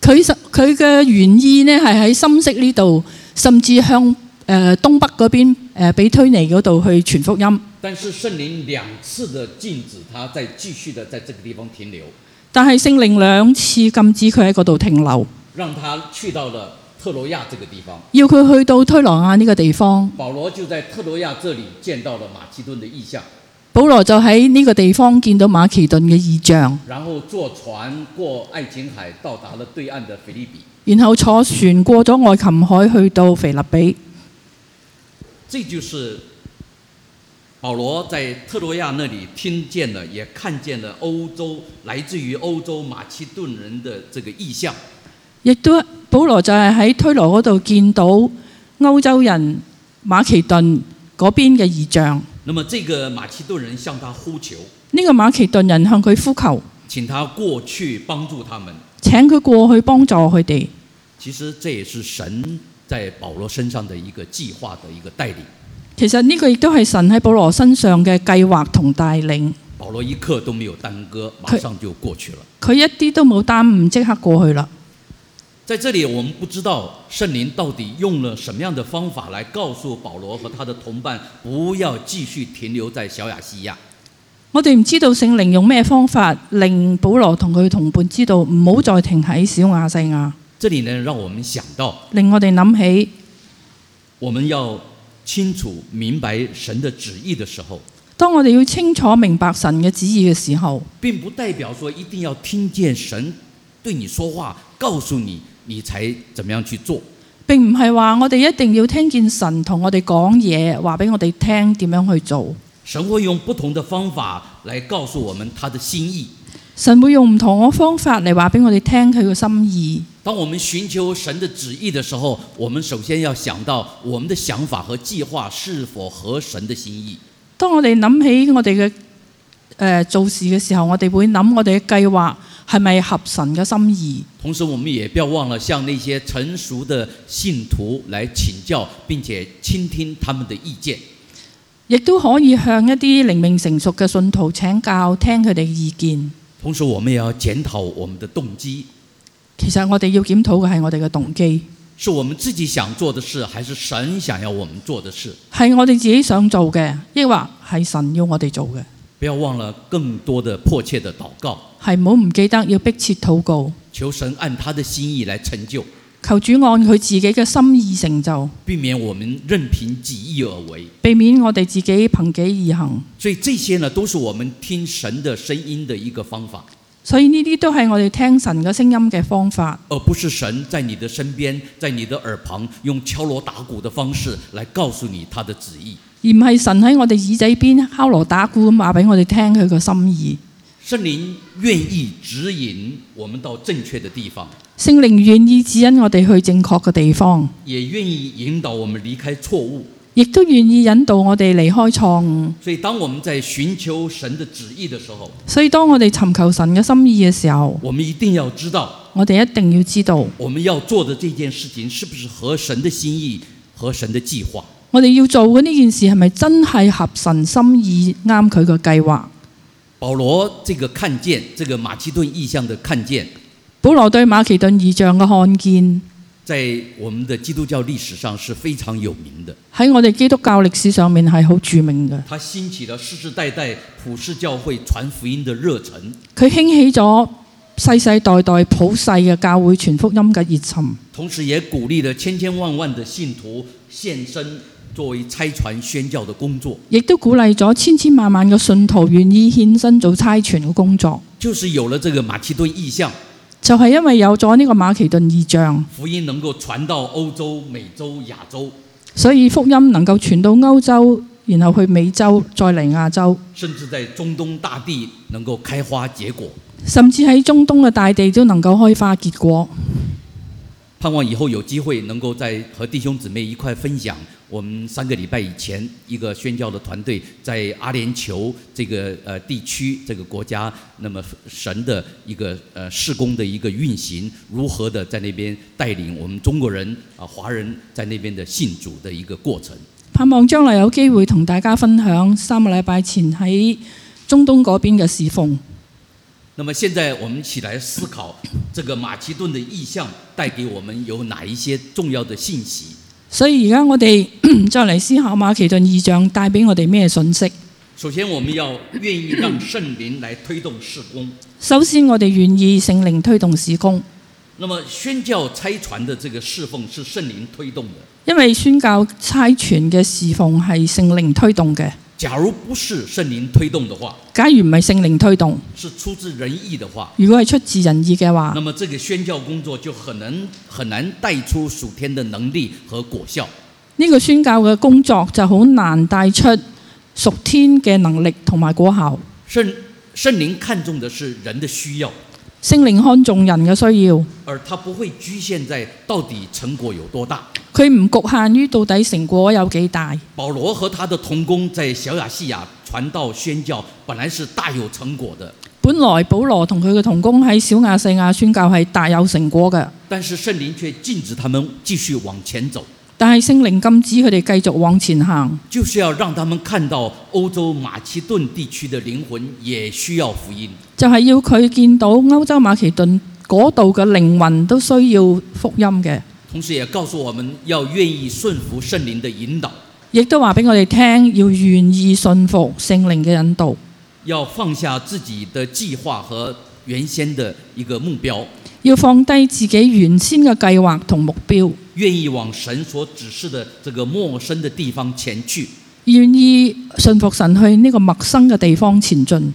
Speaker 2: 佢實佢嘅原意呢係喺深色呢度，甚至向誒、呃、東北嗰邊誒、呃比推尼嗰度去傳福音。
Speaker 1: 但是圣灵两次的禁止他再继续的在这个地方停留，
Speaker 2: 但係聖靈兩次禁止佢喺嗰度停留，
Speaker 1: 让他去到了特罗亚这个地方。
Speaker 2: 要佢去到推羅亞呢個地方。
Speaker 1: 保罗就在特罗亚这里见到了马其顿的意象，
Speaker 2: 保羅就喺呢個地方見到馬其頓嘅異象，
Speaker 1: 然后坐船过爱琴海，到达了对岸的腓利比。
Speaker 2: 然後坐船過咗愛琴海去到腓立比。
Speaker 1: 这就是保罗在特罗亚那里听见了，也看见了欧洲来自于欧洲马其顿人的这个意象。
Speaker 2: 亦都保羅就係喺推羅嗰度見到歐洲人馬其頓嗰邊嘅異象。
Speaker 1: 那么这个马其顿人向他呼求，
Speaker 2: 呢、個馬其頓人向佢呼求，
Speaker 1: 请他过去帮助他们。
Speaker 2: 請佢過去幫助佢哋。
Speaker 1: 其实这也是神在保罗身上的一个计划的一个带领。
Speaker 2: 其實呢個亦都係神喺保羅身上嘅計劃同帶領，
Speaker 1: 保罗一刻都没有耽搁，马上就过去了。
Speaker 2: 佢一啲都冇耽誤，即刻過去啦。
Speaker 1: 在这里，我们不知道圣灵到底用了什么样的方法来告诉保罗和他的同伴不要继续停留在小亚细亚。
Speaker 2: 我哋唔知道聖靈用咩方法令保羅同佢同伴知道唔好再停喺小亞細亞，
Speaker 1: 这里呢，让我们想到
Speaker 2: 令我哋諗起
Speaker 1: 我们要清楚明白神的旨意的时候，
Speaker 2: 當我哋要清楚明白神嘅旨意嘅時候，
Speaker 1: 并不代表说一定要听见神对你说话，告诉你你才怎么样去做。
Speaker 2: 並唔係話我哋一定要聽見神同我哋講嘢，話俾我哋聽點樣去做。
Speaker 1: 神会用不同的方法来告诉我们他的心意。
Speaker 2: 神會用唔同嘅方法嚟話俾我哋聽佢嘅心意。
Speaker 1: 当我们寻求神的旨意的时候，我们首先要想到我们的想法和计划是否合神的心意。
Speaker 2: 當我哋諗起我哋嘅誒做事嘅時候，我哋會諗我哋嘅計劃係咪合神嘅心意。
Speaker 1: 同时，我们也不要忘了向那些成熟的信徒来请教，并且倾听他们的意见。
Speaker 2: 亦都可以向一啲靈命成熟嘅信徒請教，聽佢哋嘅意見。
Speaker 1: 同时，我们也要检讨我们的动机，
Speaker 2: 其實我哋要檢討嘅係我哋嘅動機，
Speaker 1: 是我们自己想做的事，还是神想要我们做的事？
Speaker 2: 係我哋自己想做嘅，抑或係神要我哋做嘅。
Speaker 1: 不要忘了更多的迫切的祷告，
Speaker 2: 係唔好唔記得要迫切禱告，
Speaker 1: 求神按他的心意来成就，
Speaker 2: 求主按佢自己嘅心意成就，
Speaker 1: 避免我们任凭己意而为。
Speaker 2: 避免我哋自己憑己而行。
Speaker 1: 所以这些呢，都是我们听神的声音的一个方法，
Speaker 2: 所以呢啲都係我哋聽神嘅聲音嘅方法。
Speaker 1: 而不是神在你的身边，在你的耳旁用敲锣打鼓的方式来告诉你他的旨意。
Speaker 2: 而唔係神喺我哋耳仔邊敲锣打鼓咁話俾我哋聽佢個心意。
Speaker 1: 圣灵愿意指引我们到正确的地方，
Speaker 2: 聖靈願意指引我哋去正確嘅地方，
Speaker 1: 也愿意引導我们离开错误。
Speaker 2: 亦都願意引導我哋離開錯誤。
Speaker 1: 所以，当我们在寻求神的旨意的时候，
Speaker 2: 所以當我哋尋求神嘅心意嘅時候，
Speaker 1: 我们一定要知道
Speaker 2: 我哋一定要知道，
Speaker 1: 我们要做的这件事情是不是合神的心意、合神的计划。
Speaker 2: 我哋要做嘅呢件事係咪真係合神心意，啱佢嘅計劃。
Speaker 1: 保罗这个看见，这个马其顿意象的看见，
Speaker 2: 保羅對馬其頓異象嘅看見
Speaker 1: 在我们的基督教历史上是非常有名的。
Speaker 2: 喺我哋基督教歷史上面係好著名嘅，
Speaker 1: 它兴起了世世代代普世教会传福音的热忱，
Speaker 2: 佢興起咗世世代代普世嘅教會傳福音嘅熱忱。
Speaker 1: 同时也鼓励了千千万万的信徒献身作为差传宣教的工作。
Speaker 2: 亦都鼓勵咗千千萬萬嘅信徒願意獻身做差傳嘅工作，
Speaker 1: 就是有了这个马其顿意象，
Speaker 2: 就係、因為有咗呢個馬其頓異象，
Speaker 1: 福音能够传到欧洲、美洲、亚洲，
Speaker 2: 所以福音能夠傳到歐洲，然後去美洲，再嚟亞洲，
Speaker 1: 甚至在中东大地能够开花结果。
Speaker 2: 甚至喺中東嘅大地都能夠開花結果。
Speaker 1: 盼望以后有机会能够在和弟兄姊妹一块分享我们三个礼拜以前，一个宣教的团队在阿联酋这个呃地区这个国家，那么神的一个呃事工的一个运行，如何的在那边带领我们中国人啊、华人在那边的信主的一个过程。
Speaker 2: 盼望將來有機會同大家分享三個禮拜前喺中東嗰邊嘅侍奉。
Speaker 1: 那么现在我们一起来思考这个马其顿的意象带给我们有哪一些重要的信息。
Speaker 2: 所以而家我哋 [clears throat] 再嚟思考馬其頓異象帶俾我哋咩信息。
Speaker 1: 首先，我们要愿意让圣灵来推动事工。
Speaker 2: 首先，我哋願意聖靈推動事工，
Speaker 1: 那么宣教拆船的这个侍奉是圣灵推动的。
Speaker 2: 因為宣教差傳嘅侍奉係聖靈推動嘅。
Speaker 1: 假如不是圣灵推动的话，
Speaker 2: 假如唔係聖靈推動，
Speaker 1: 是出自仁义的话，
Speaker 2: 如果係出自人意嘅話
Speaker 1: 那，么这个宣教工作就很难很难带出属天的能力和果效。
Speaker 2: 呢、個宣教嘅工作就好難帶出屬天嘅能力同埋果效。
Speaker 1: 圣圣灵看重的是人的需要，
Speaker 2: 聖靈看重人嘅需要。
Speaker 1: 而他不会局限在到底成果有多大。
Speaker 2: 佢唔局限於到底成果有幾大。
Speaker 1: 保罗和他的同工在小亚细亚传道宣教，本来是大有成果的，
Speaker 2: 本來保羅同佢嘅同工喺小亞細亞宣教係大有成果嘅，
Speaker 1: 但是圣灵却禁止他们继续往前走，
Speaker 2: 但係聖靈禁止佢哋繼續往前行，
Speaker 1: 就是要让他们看到欧洲马其顿地区的灵魂也需要福音。
Speaker 2: 就係、要佢見到歐洲馬其頓嗰度嘅靈魂都需要福音嘅，
Speaker 1: 同时也告诉我们要愿意顺服圣灵的引导，
Speaker 2: 亦都話俾我哋聽要願意信服聖靈嘅引導，
Speaker 1: 要放下自己的计划和原先的一个目标，
Speaker 2: 要放低自己原先嘅計劃同目標，
Speaker 1: 愿意往神所指示的这个陌生的地方前去，
Speaker 2: 願意信服神去呢個陌生嘅地方前進，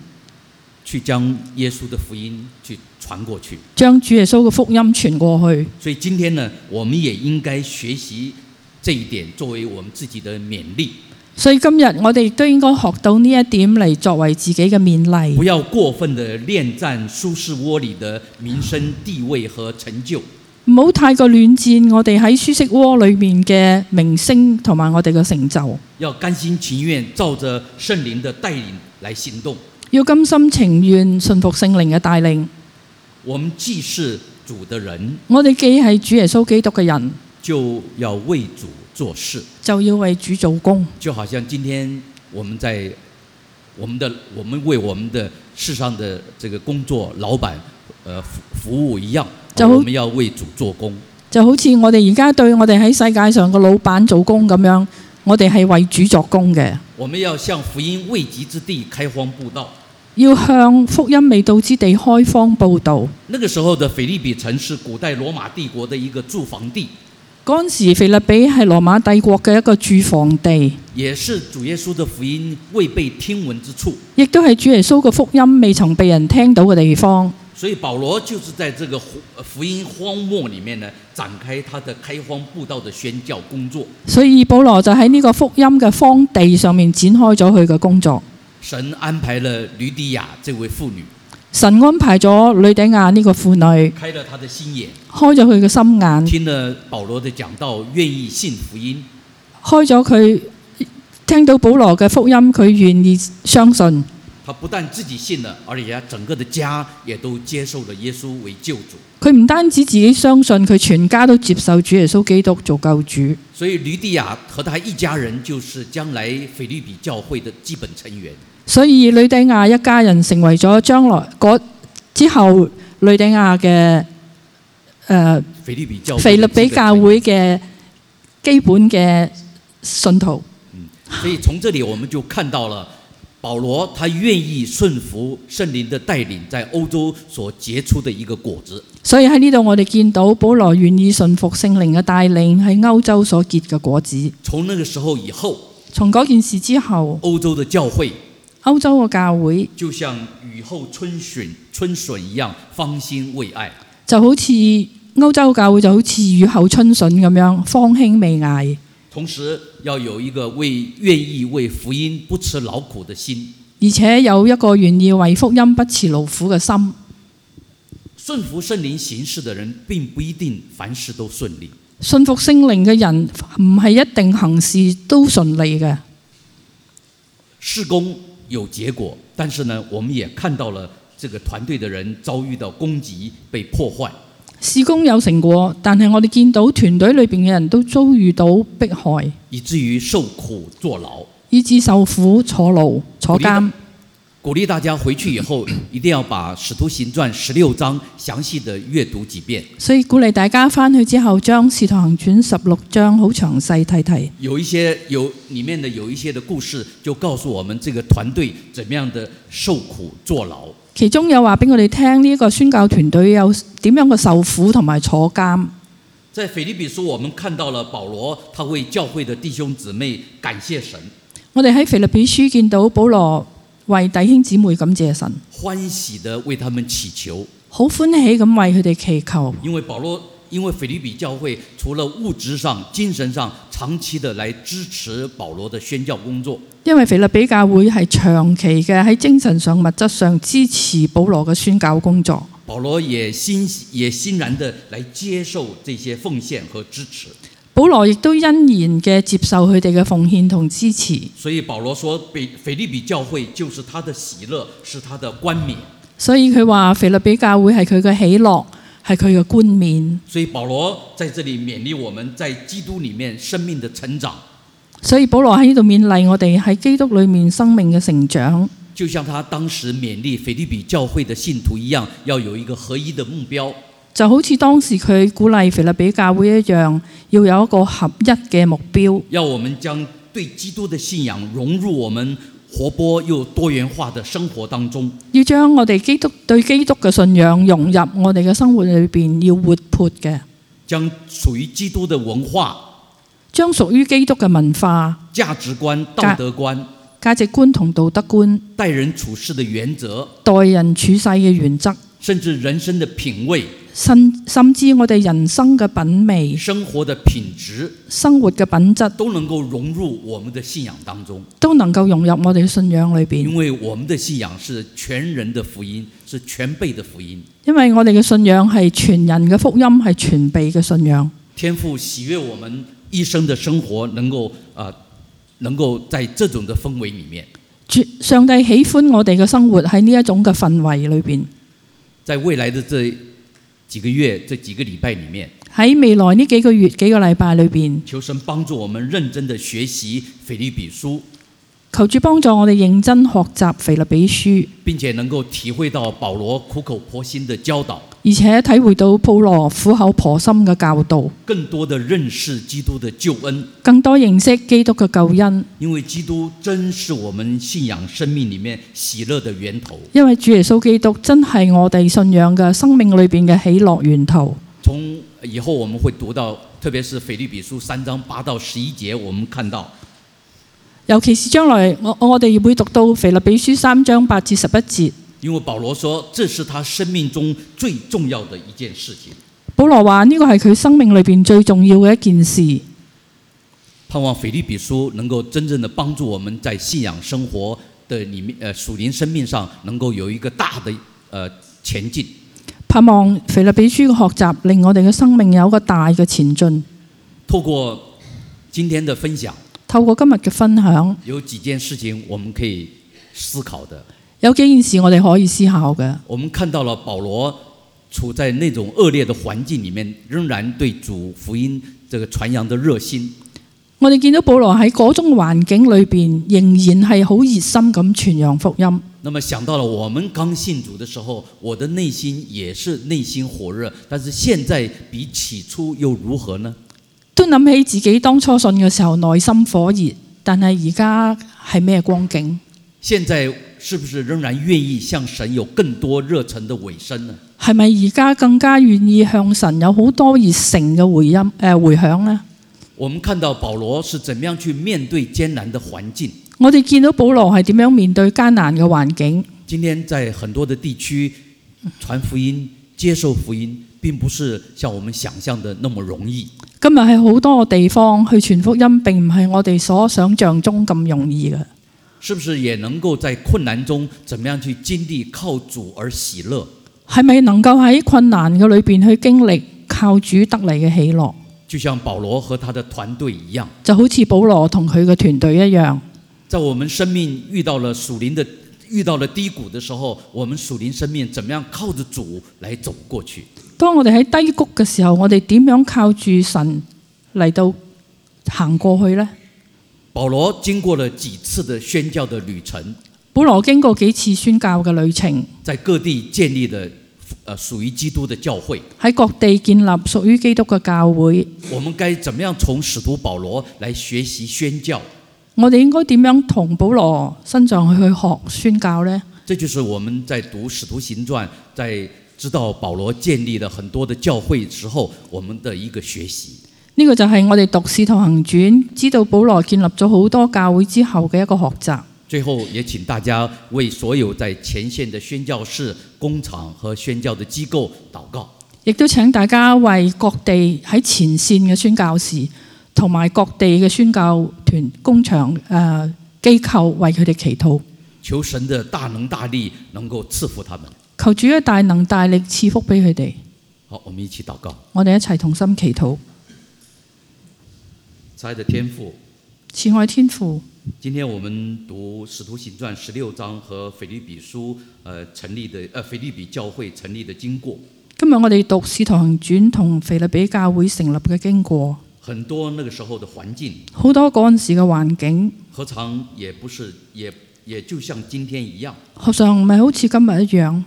Speaker 1: 去将耶稣的福音去传过去。
Speaker 2: 將主耶穌嘅福音傳過去。
Speaker 1: 所以今天呢，我们也应该学习这一点，作为我们自己的勉励，
Speaker 2: 所以今日我哋亦都應該學到呢一點嚟作為自己嘅勉
Speaker 1: 不
Speaker 2: 勵，
Speaker 1: 要过分的恋战舒适窝里的民生地位和成就。
Speaker 2: 唔好太過亂戰我哋喺舒適窩裏面嘅名聲同埋我哋嘅成就，
Speaker 1: 要甘心情愿照着圣灵的带领来行动。
Speaker 2: 要甘心情願信服聖靈嘅帶領。
Speaker 1: 我们既是主的人，
Speaker 2: 我哋既係主耶穌基督嘅人，
Speaker 1: 就要为主做事。
Speaker 2: 就要為主做工，
Speaker 1: 就好像今天我们在我们的我们为我们的世上的这个工作老板呃服服务一样，
Speaker 2: 就
Speaker 1: 我们要为主做工。
Speaker 2: 就好似我哋而家對我哋喺世界上嘅老闆做工咁樣，我哋係為主作工嘅，
Speaker 1: 我们要向福音未及之地开荒布道。
Speaker 2: 要向福音未到之地開荒報道。
Speaker 1: 那个时候的腓利比城是古代罗马帝国的一个驻防地，
Speaker 2: 嗰陣時，腓立比係羅馬帝國嘅一個駐防地。
Speaker 1: 也是主耶稣的福音未被听闻之处。
Speaker 2: 亦都係主耶穌嘅福音未曾被人聽到嘅地方，
Speaker 1: 所以保罗就是在这个福呃福音荒漠里面呢，展开他的开荒布道的宣教工作。
Speaker 2: 所以保羅就喺呢個福音嘅荒地上面展開咗佢嘅工作。
Speaker 1: 神安排了吕底亚这位妇女，
Speaker 2: 神安排咗吕底亞呢個婦女，
Speaker 1: 开了她的心眼，
Speaker 2: 開咗佢嘅心眼，
Speaker 1: 听了保罗的讲道，愿意信福音。
Speaker 2: 開咗佢聽到保羅嘅福音，佢願意相信。
Speaker 1: 她不但自己信了，而且她整个的家也都接受了耶稣为救主。
Speaker 2: 佢唔單止自己相信，佢全家都接受主耶穌基督做救主。
Speaker 1: 所以吕底亚和他一家人就是将来菲律比教会的基本成员。
Speaker 2: 所以吕底亞一家人成為咗將來嗰之後吕底亞嘅誒。呃
Speaker 1: 菲律比教会
Speaker 2: 腓立比教
Speaker 1: 的
Speaker 2: 會嘅基本嘅信徒，
Speaker 1: 基本成员，所以从这里我们就看到了保罗他愿意顺服圣灵的带领，在欧洲所结出的一个果子。
Speaker 2: 所以喺呢度我哋見到保羅願意信服聖靈嘅帶領，喺歐洲所結嘅果子。
Speaker 1: 从那个时候以后，
Speaker 2: 從嗰件事之後，
Speaker 1: 欧洲的教会
Speaker 2: 歐洲嘅教會
Speaker 1: 就像雨后春笋春笋一样，芳心未艾。
Speaker 2: 就好似歐洲教會就好似雨後春筍咁樣，芳興未艾，
Speaker 1: 同时要有一个为愿意为福音不辞劳苦的心。
Speaker 2: 而且有一個願意為福音不辭勞苦嘅心。
Speaker 1: 顺服圣灵行事的人，并不一定凡事都顺利。
Speaker 2: 信服聖靈嘅人唔係一定行事都順利嘅。
Speaker 1: 事工有结果，但是呢，我们也看到了这个团队的人遭遇到攻击、被破坏。
Speaker 2: 事工有成果，但係我哋見到團隊裏邊嘅人都遭遇到迫害，
Speaker 1: 以至于受苦坐牢。
Speaker 2: 以致受苦坐牢坐監。
Speaker 1: 鼓励大家回去以后，一定要把《使徒行传》十六章详细的阅读几遍。
Speaker 2: 所以鼓勵大家翻去之後，將《使徒行傳》十六章好詳細睇睇。
Speaker 1: 有一些有里面的有一些的故事，就告诉我们这个团队怎么样的受苦坐牢。
Speaker 2: 其中有話俾我哋聽，呢、一個宣教團隊有點樣嘅受苦同埋坐監。
Speaker 1: 在腓立比书，我们看到了保罗他为教会的弟兄姊妹感谢神，
Speaker 2: 我哋喺腓立比書見到保羅為弟兄姊妹感謝神，
Speaker 1: 欢喜的为他们祈求，
Speaker 2: 好歡喜咁為佢哋祈求，
Speaker 1: 因为保罗。因为腓立比教会除了物质上、精神上长期的来支持保罗的宣教工作，
Speaker 2: 因為腓立比教會係長期嘅喺精神上、物質上支持保羅嘅宣教工作。
Speaker 1: 保罗也欣喜也欣然的来接受这些奉献和支持。
Speaker 2: 保羅亦都欣然嘅接受佢哋嘅奉獻同支持，
Speaker 1: 所以保罗说，腓腓利比教会就是他的喜乐，是他的冠冕。
Speaker 2: 所以佢話腓立比教會係佢嘅喜樂，係佢嘅冠冕。
Speaker 1: 所以保罗在这里勉励我们在基督里面生命的成长，
Speaker 2: 所以保羅喺呢度勉勵我哋喺基督裏面生命嘅成長，
Speaker 1: 就像他当时勉励腓利比教会的信徒一样，要有一个合一的目标。
Speaker 2: 就好似當時佢鼓勵腓立比教會一樣，要有一個合一嘅目標，
Speaker 1: 要我们将对基督的信仰融入我们活泼又多元化的生活当中。
Speaker 2: 要將我哋基督對基督嘅信仰融入我哋嘅生活裏邊，要活潑嘅，
Speaker 1: 将属于基督的文化、
Speaker 2: 將屬於基督嘅文化、
Speaker 1: 价值观、道德观、
Speaker 2: 價值觀同道德觀、
Speaker 1: 待人处事的原则，
Speaker 2: 待人處世嘅原則，
Speaker 1: 甚至人生的品味、
Speaker 2: 甚甚至我哋人生嘅品味、
Speaker 1: 生活的品质，
Speaker 2: 生活嘅品質，
Speaker 1: 都能够融入我们的信仰当中。
Speaker 2: 都能夠融入我哋嘅信仰裏邊
Speaker 1: 因。为我们的信仰是全人的福音，是全辈的福音。
Speaker 2: 因為我哋嘅信仰係全人嘅福音，係全備嘅信仰。
Speaker 1: 天父喜悦我们一生的生活能够啊、呃能够在这种的氛围里面，
Speaker 2: 主上帝喜歡我哋嘅生活喺呢一種嘅氛圍裏邊。
Speaker 1: 在未来的这几个月、这几个礼拜里面，
Speaker 2: 喺未來呢幾個月、幾個禮拜裏邊，
Speaker 1: 求神帮助我们认真的学习腓立比书，
Speaker 2: 求主幫助我哋認真學習腓立比書，
Speaker 1: 并且能够体会到保罗苦口婆心的教导，
Speaker 2: 而且體會到保羅苦口婆心嘅教導，
Speaker 1: 更多的认识基督的救恩。
Speaker 2: 更多認識基督嘅救恩。
Speaker 1: 因为基督真是我们信仰生命里面喜乐的源头。
Speaker 2: 因為主耶穌基督真係我哋信仰嘅生命裏邊嘅喜樂源頭。
Speaker 1: 从以后我们会读到，特别是腓立比书三章八到十一节，我们看到
Speaker 2: 尤其是將來我我哋會讀到腓立比書三章八至十一節，
Speaker 1: 因为保罗说这是他生命中最重要的一件事情。
Speaker 2: 保羅話呢個係佢生命裏邊最重要嘅一件事。
Speaker 1: 盼望腓立比书能够真正的帮助我们在信仰生活的里面，呃，属灵生命上能够有一个大的呃前进。
Speaker 2: 盼望腓立比書嘅學習令我哋嘅生命有一個大嘅前進。
Speaker 1: 透过今天的分享，
Speaker 2: 透過今日嘅分享，
Speaker 1: 有几件事情我们可以思考的。
Speaker 2: 有幾件事我哋可以思考嘅。
Speaker 1: 我们看到了保罗处在那种恶劣的环境里面，仍然对主福音这个传扬的热心。
Speaker 2: 我哋見到保羅喺嗰種環境裏邊，仍然係好熱心咁傳揚福音。
Speaker 1: 那么想到了我们刚信主的时候，我的内心也是内心火热，但是现在比起初又如何呢？
Speaker 2: 都諗起自己當初信嘅時候內心火熱，但係而家係咩光景？
Speaker 1: 现在是不是仍然愿意向神有更多热忱的委身呢？
Speaker 2: 係咪而家更加願意向神有好多熱誠嘅回音誒、呃回響呢？
Speaker 1: 我们看到保罗是怎么样去面对艰难的环境。
Speaker 2: 我哋見到保羅係點樣面對艱難嘅環境。
Speaker 1: 今天在很多的地区传福音、接受福音，并不是像我们想象的那么容易。
Speaker 2: 今日喺好多地方去傳福音，並唔係我哋所想象中咁容易嘅。
Speaker 1: 是不是也能够在困难中怎么样去经历靠主而喜乐？
Speaker 2: 係咪能夠喺困難嘅裏邊去經歷靠主得嚟嘅喜樂？
Speaker 1: 就像保罗和他的团队一样，
Speaker 2: 就好似保羅同佢嘅團隊一樣。
Speaker 1: 在我们生命遇到了属灵的遇到了低谷的时候，我们属灵生命怎么样靠着主来走过去？
Speaker 2: 當我哋喺低谷嘅時候，我哋點樣靠住神嚟到行過去呢？
Speaker 1: 保罗经过了几次的宣教的旅程，
Speaker 2: 保羅經過幾次宣教嘅旅程，
Speaker 1: 在各地建立了呃属于基督的教会。
Speaker 2: 喺各地建立屬於基督嘅教會。
Speaker 1: 我们该怎么样从使徒保罗来学习宣教？
Speaker 2: 我哋應該點樣同保羅身上去學宣教呢？
Speaker 1: 这就是我们在读《使徒行传》，在知道保罗建立了很多的教会之后，我们的一个学习。
Speaker 2: 呢、個就係我哋讀《使徒行傳》，知道保羅建立咗好多教會之後嘅一個學習。
Speaker 1: 最后，也请大家为所有在前线的宣教士、工厂和宣教的机构祷告。
Speaker 2: 亦都請大家為各地喺前線嘅宣教士同埋各地嘅宣教團、工場、誒、呃、機構為佢哋祈禱，
Speaker 1: 求神的大能大力能够赐福他们。
Speaker 2: 求主嘅大能大力賜福俾佢哋。
Speaker 1: 好，我们一起祷告。
Speaker 2: 我哋一齊同心祈禱，
Speaker 1: 慈爱的天父，
Speaker 2: 慈愛天父。
Speaker 1: 今天我们读《使徒行传》十六章和腓立比书呃成立的呃腓立比教会成立的经过，
Speaker 2: 今日我哋讀《使徒行傳》同腓立比教會成立嘅經過，
Speaker 1: 很多那个时候的环境
Speaker 2: 好多嗰陣時嘅環境，
Speaker 1: 何尝也不是也也就像今天一样，
Speaker 2: 學上唔係好似今日一樣。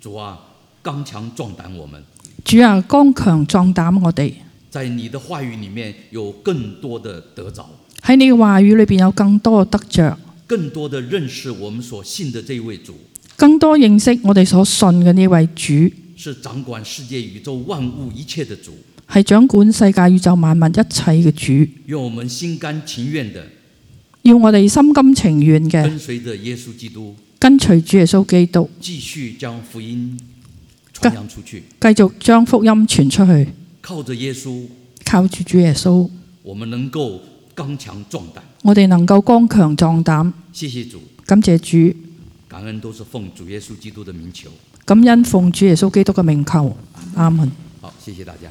Speaker 1: 主啊，刚强壮胆我们，
Speaker 2: 主啊，剛強壯膽我哋
Speaker 1: 在你的话语里面有更多的得着，
Speaker 2: 喺你嘅話語裏邊有更多嘅得着，
Speaker 1: 更多的认识我们所信的这位主，
Speaker 2: 更多認識我哋所信嘅呢位主。
Speaker 1: 是掌管世界宇宙万物一切的主。
Speaker 2: 係掌管世界宇宙萬物一切嘅主，
Speaker 1: 愿我们心甘情愿的
Speaker 2: 要我哋心甘情願嘅
Speaker 1: 跟随着耶稣基督，
Speaker 2: 跟隨主耶穌基督，
Speaker 1: 继续将福音传扬出去。
Speaker 2: 繼續將福音傳出去，
Speaker 1: 靠着耶稣，
Speaker 2: 靠住主耶穌，
Speaker 1: 我们能够刚强壮胆。
Speaker 2: 我哋能夠剛強壯膽。
Speaker 1: 谢谢主，
Speaker 2: 感謝主，
Speaker 1: 感恩都是奉主耶稣基督的名求。
Speaker 2: 感恩奉主耶穌基督嘅名求，阿門。
Speaker 1: 好，谢谢大家。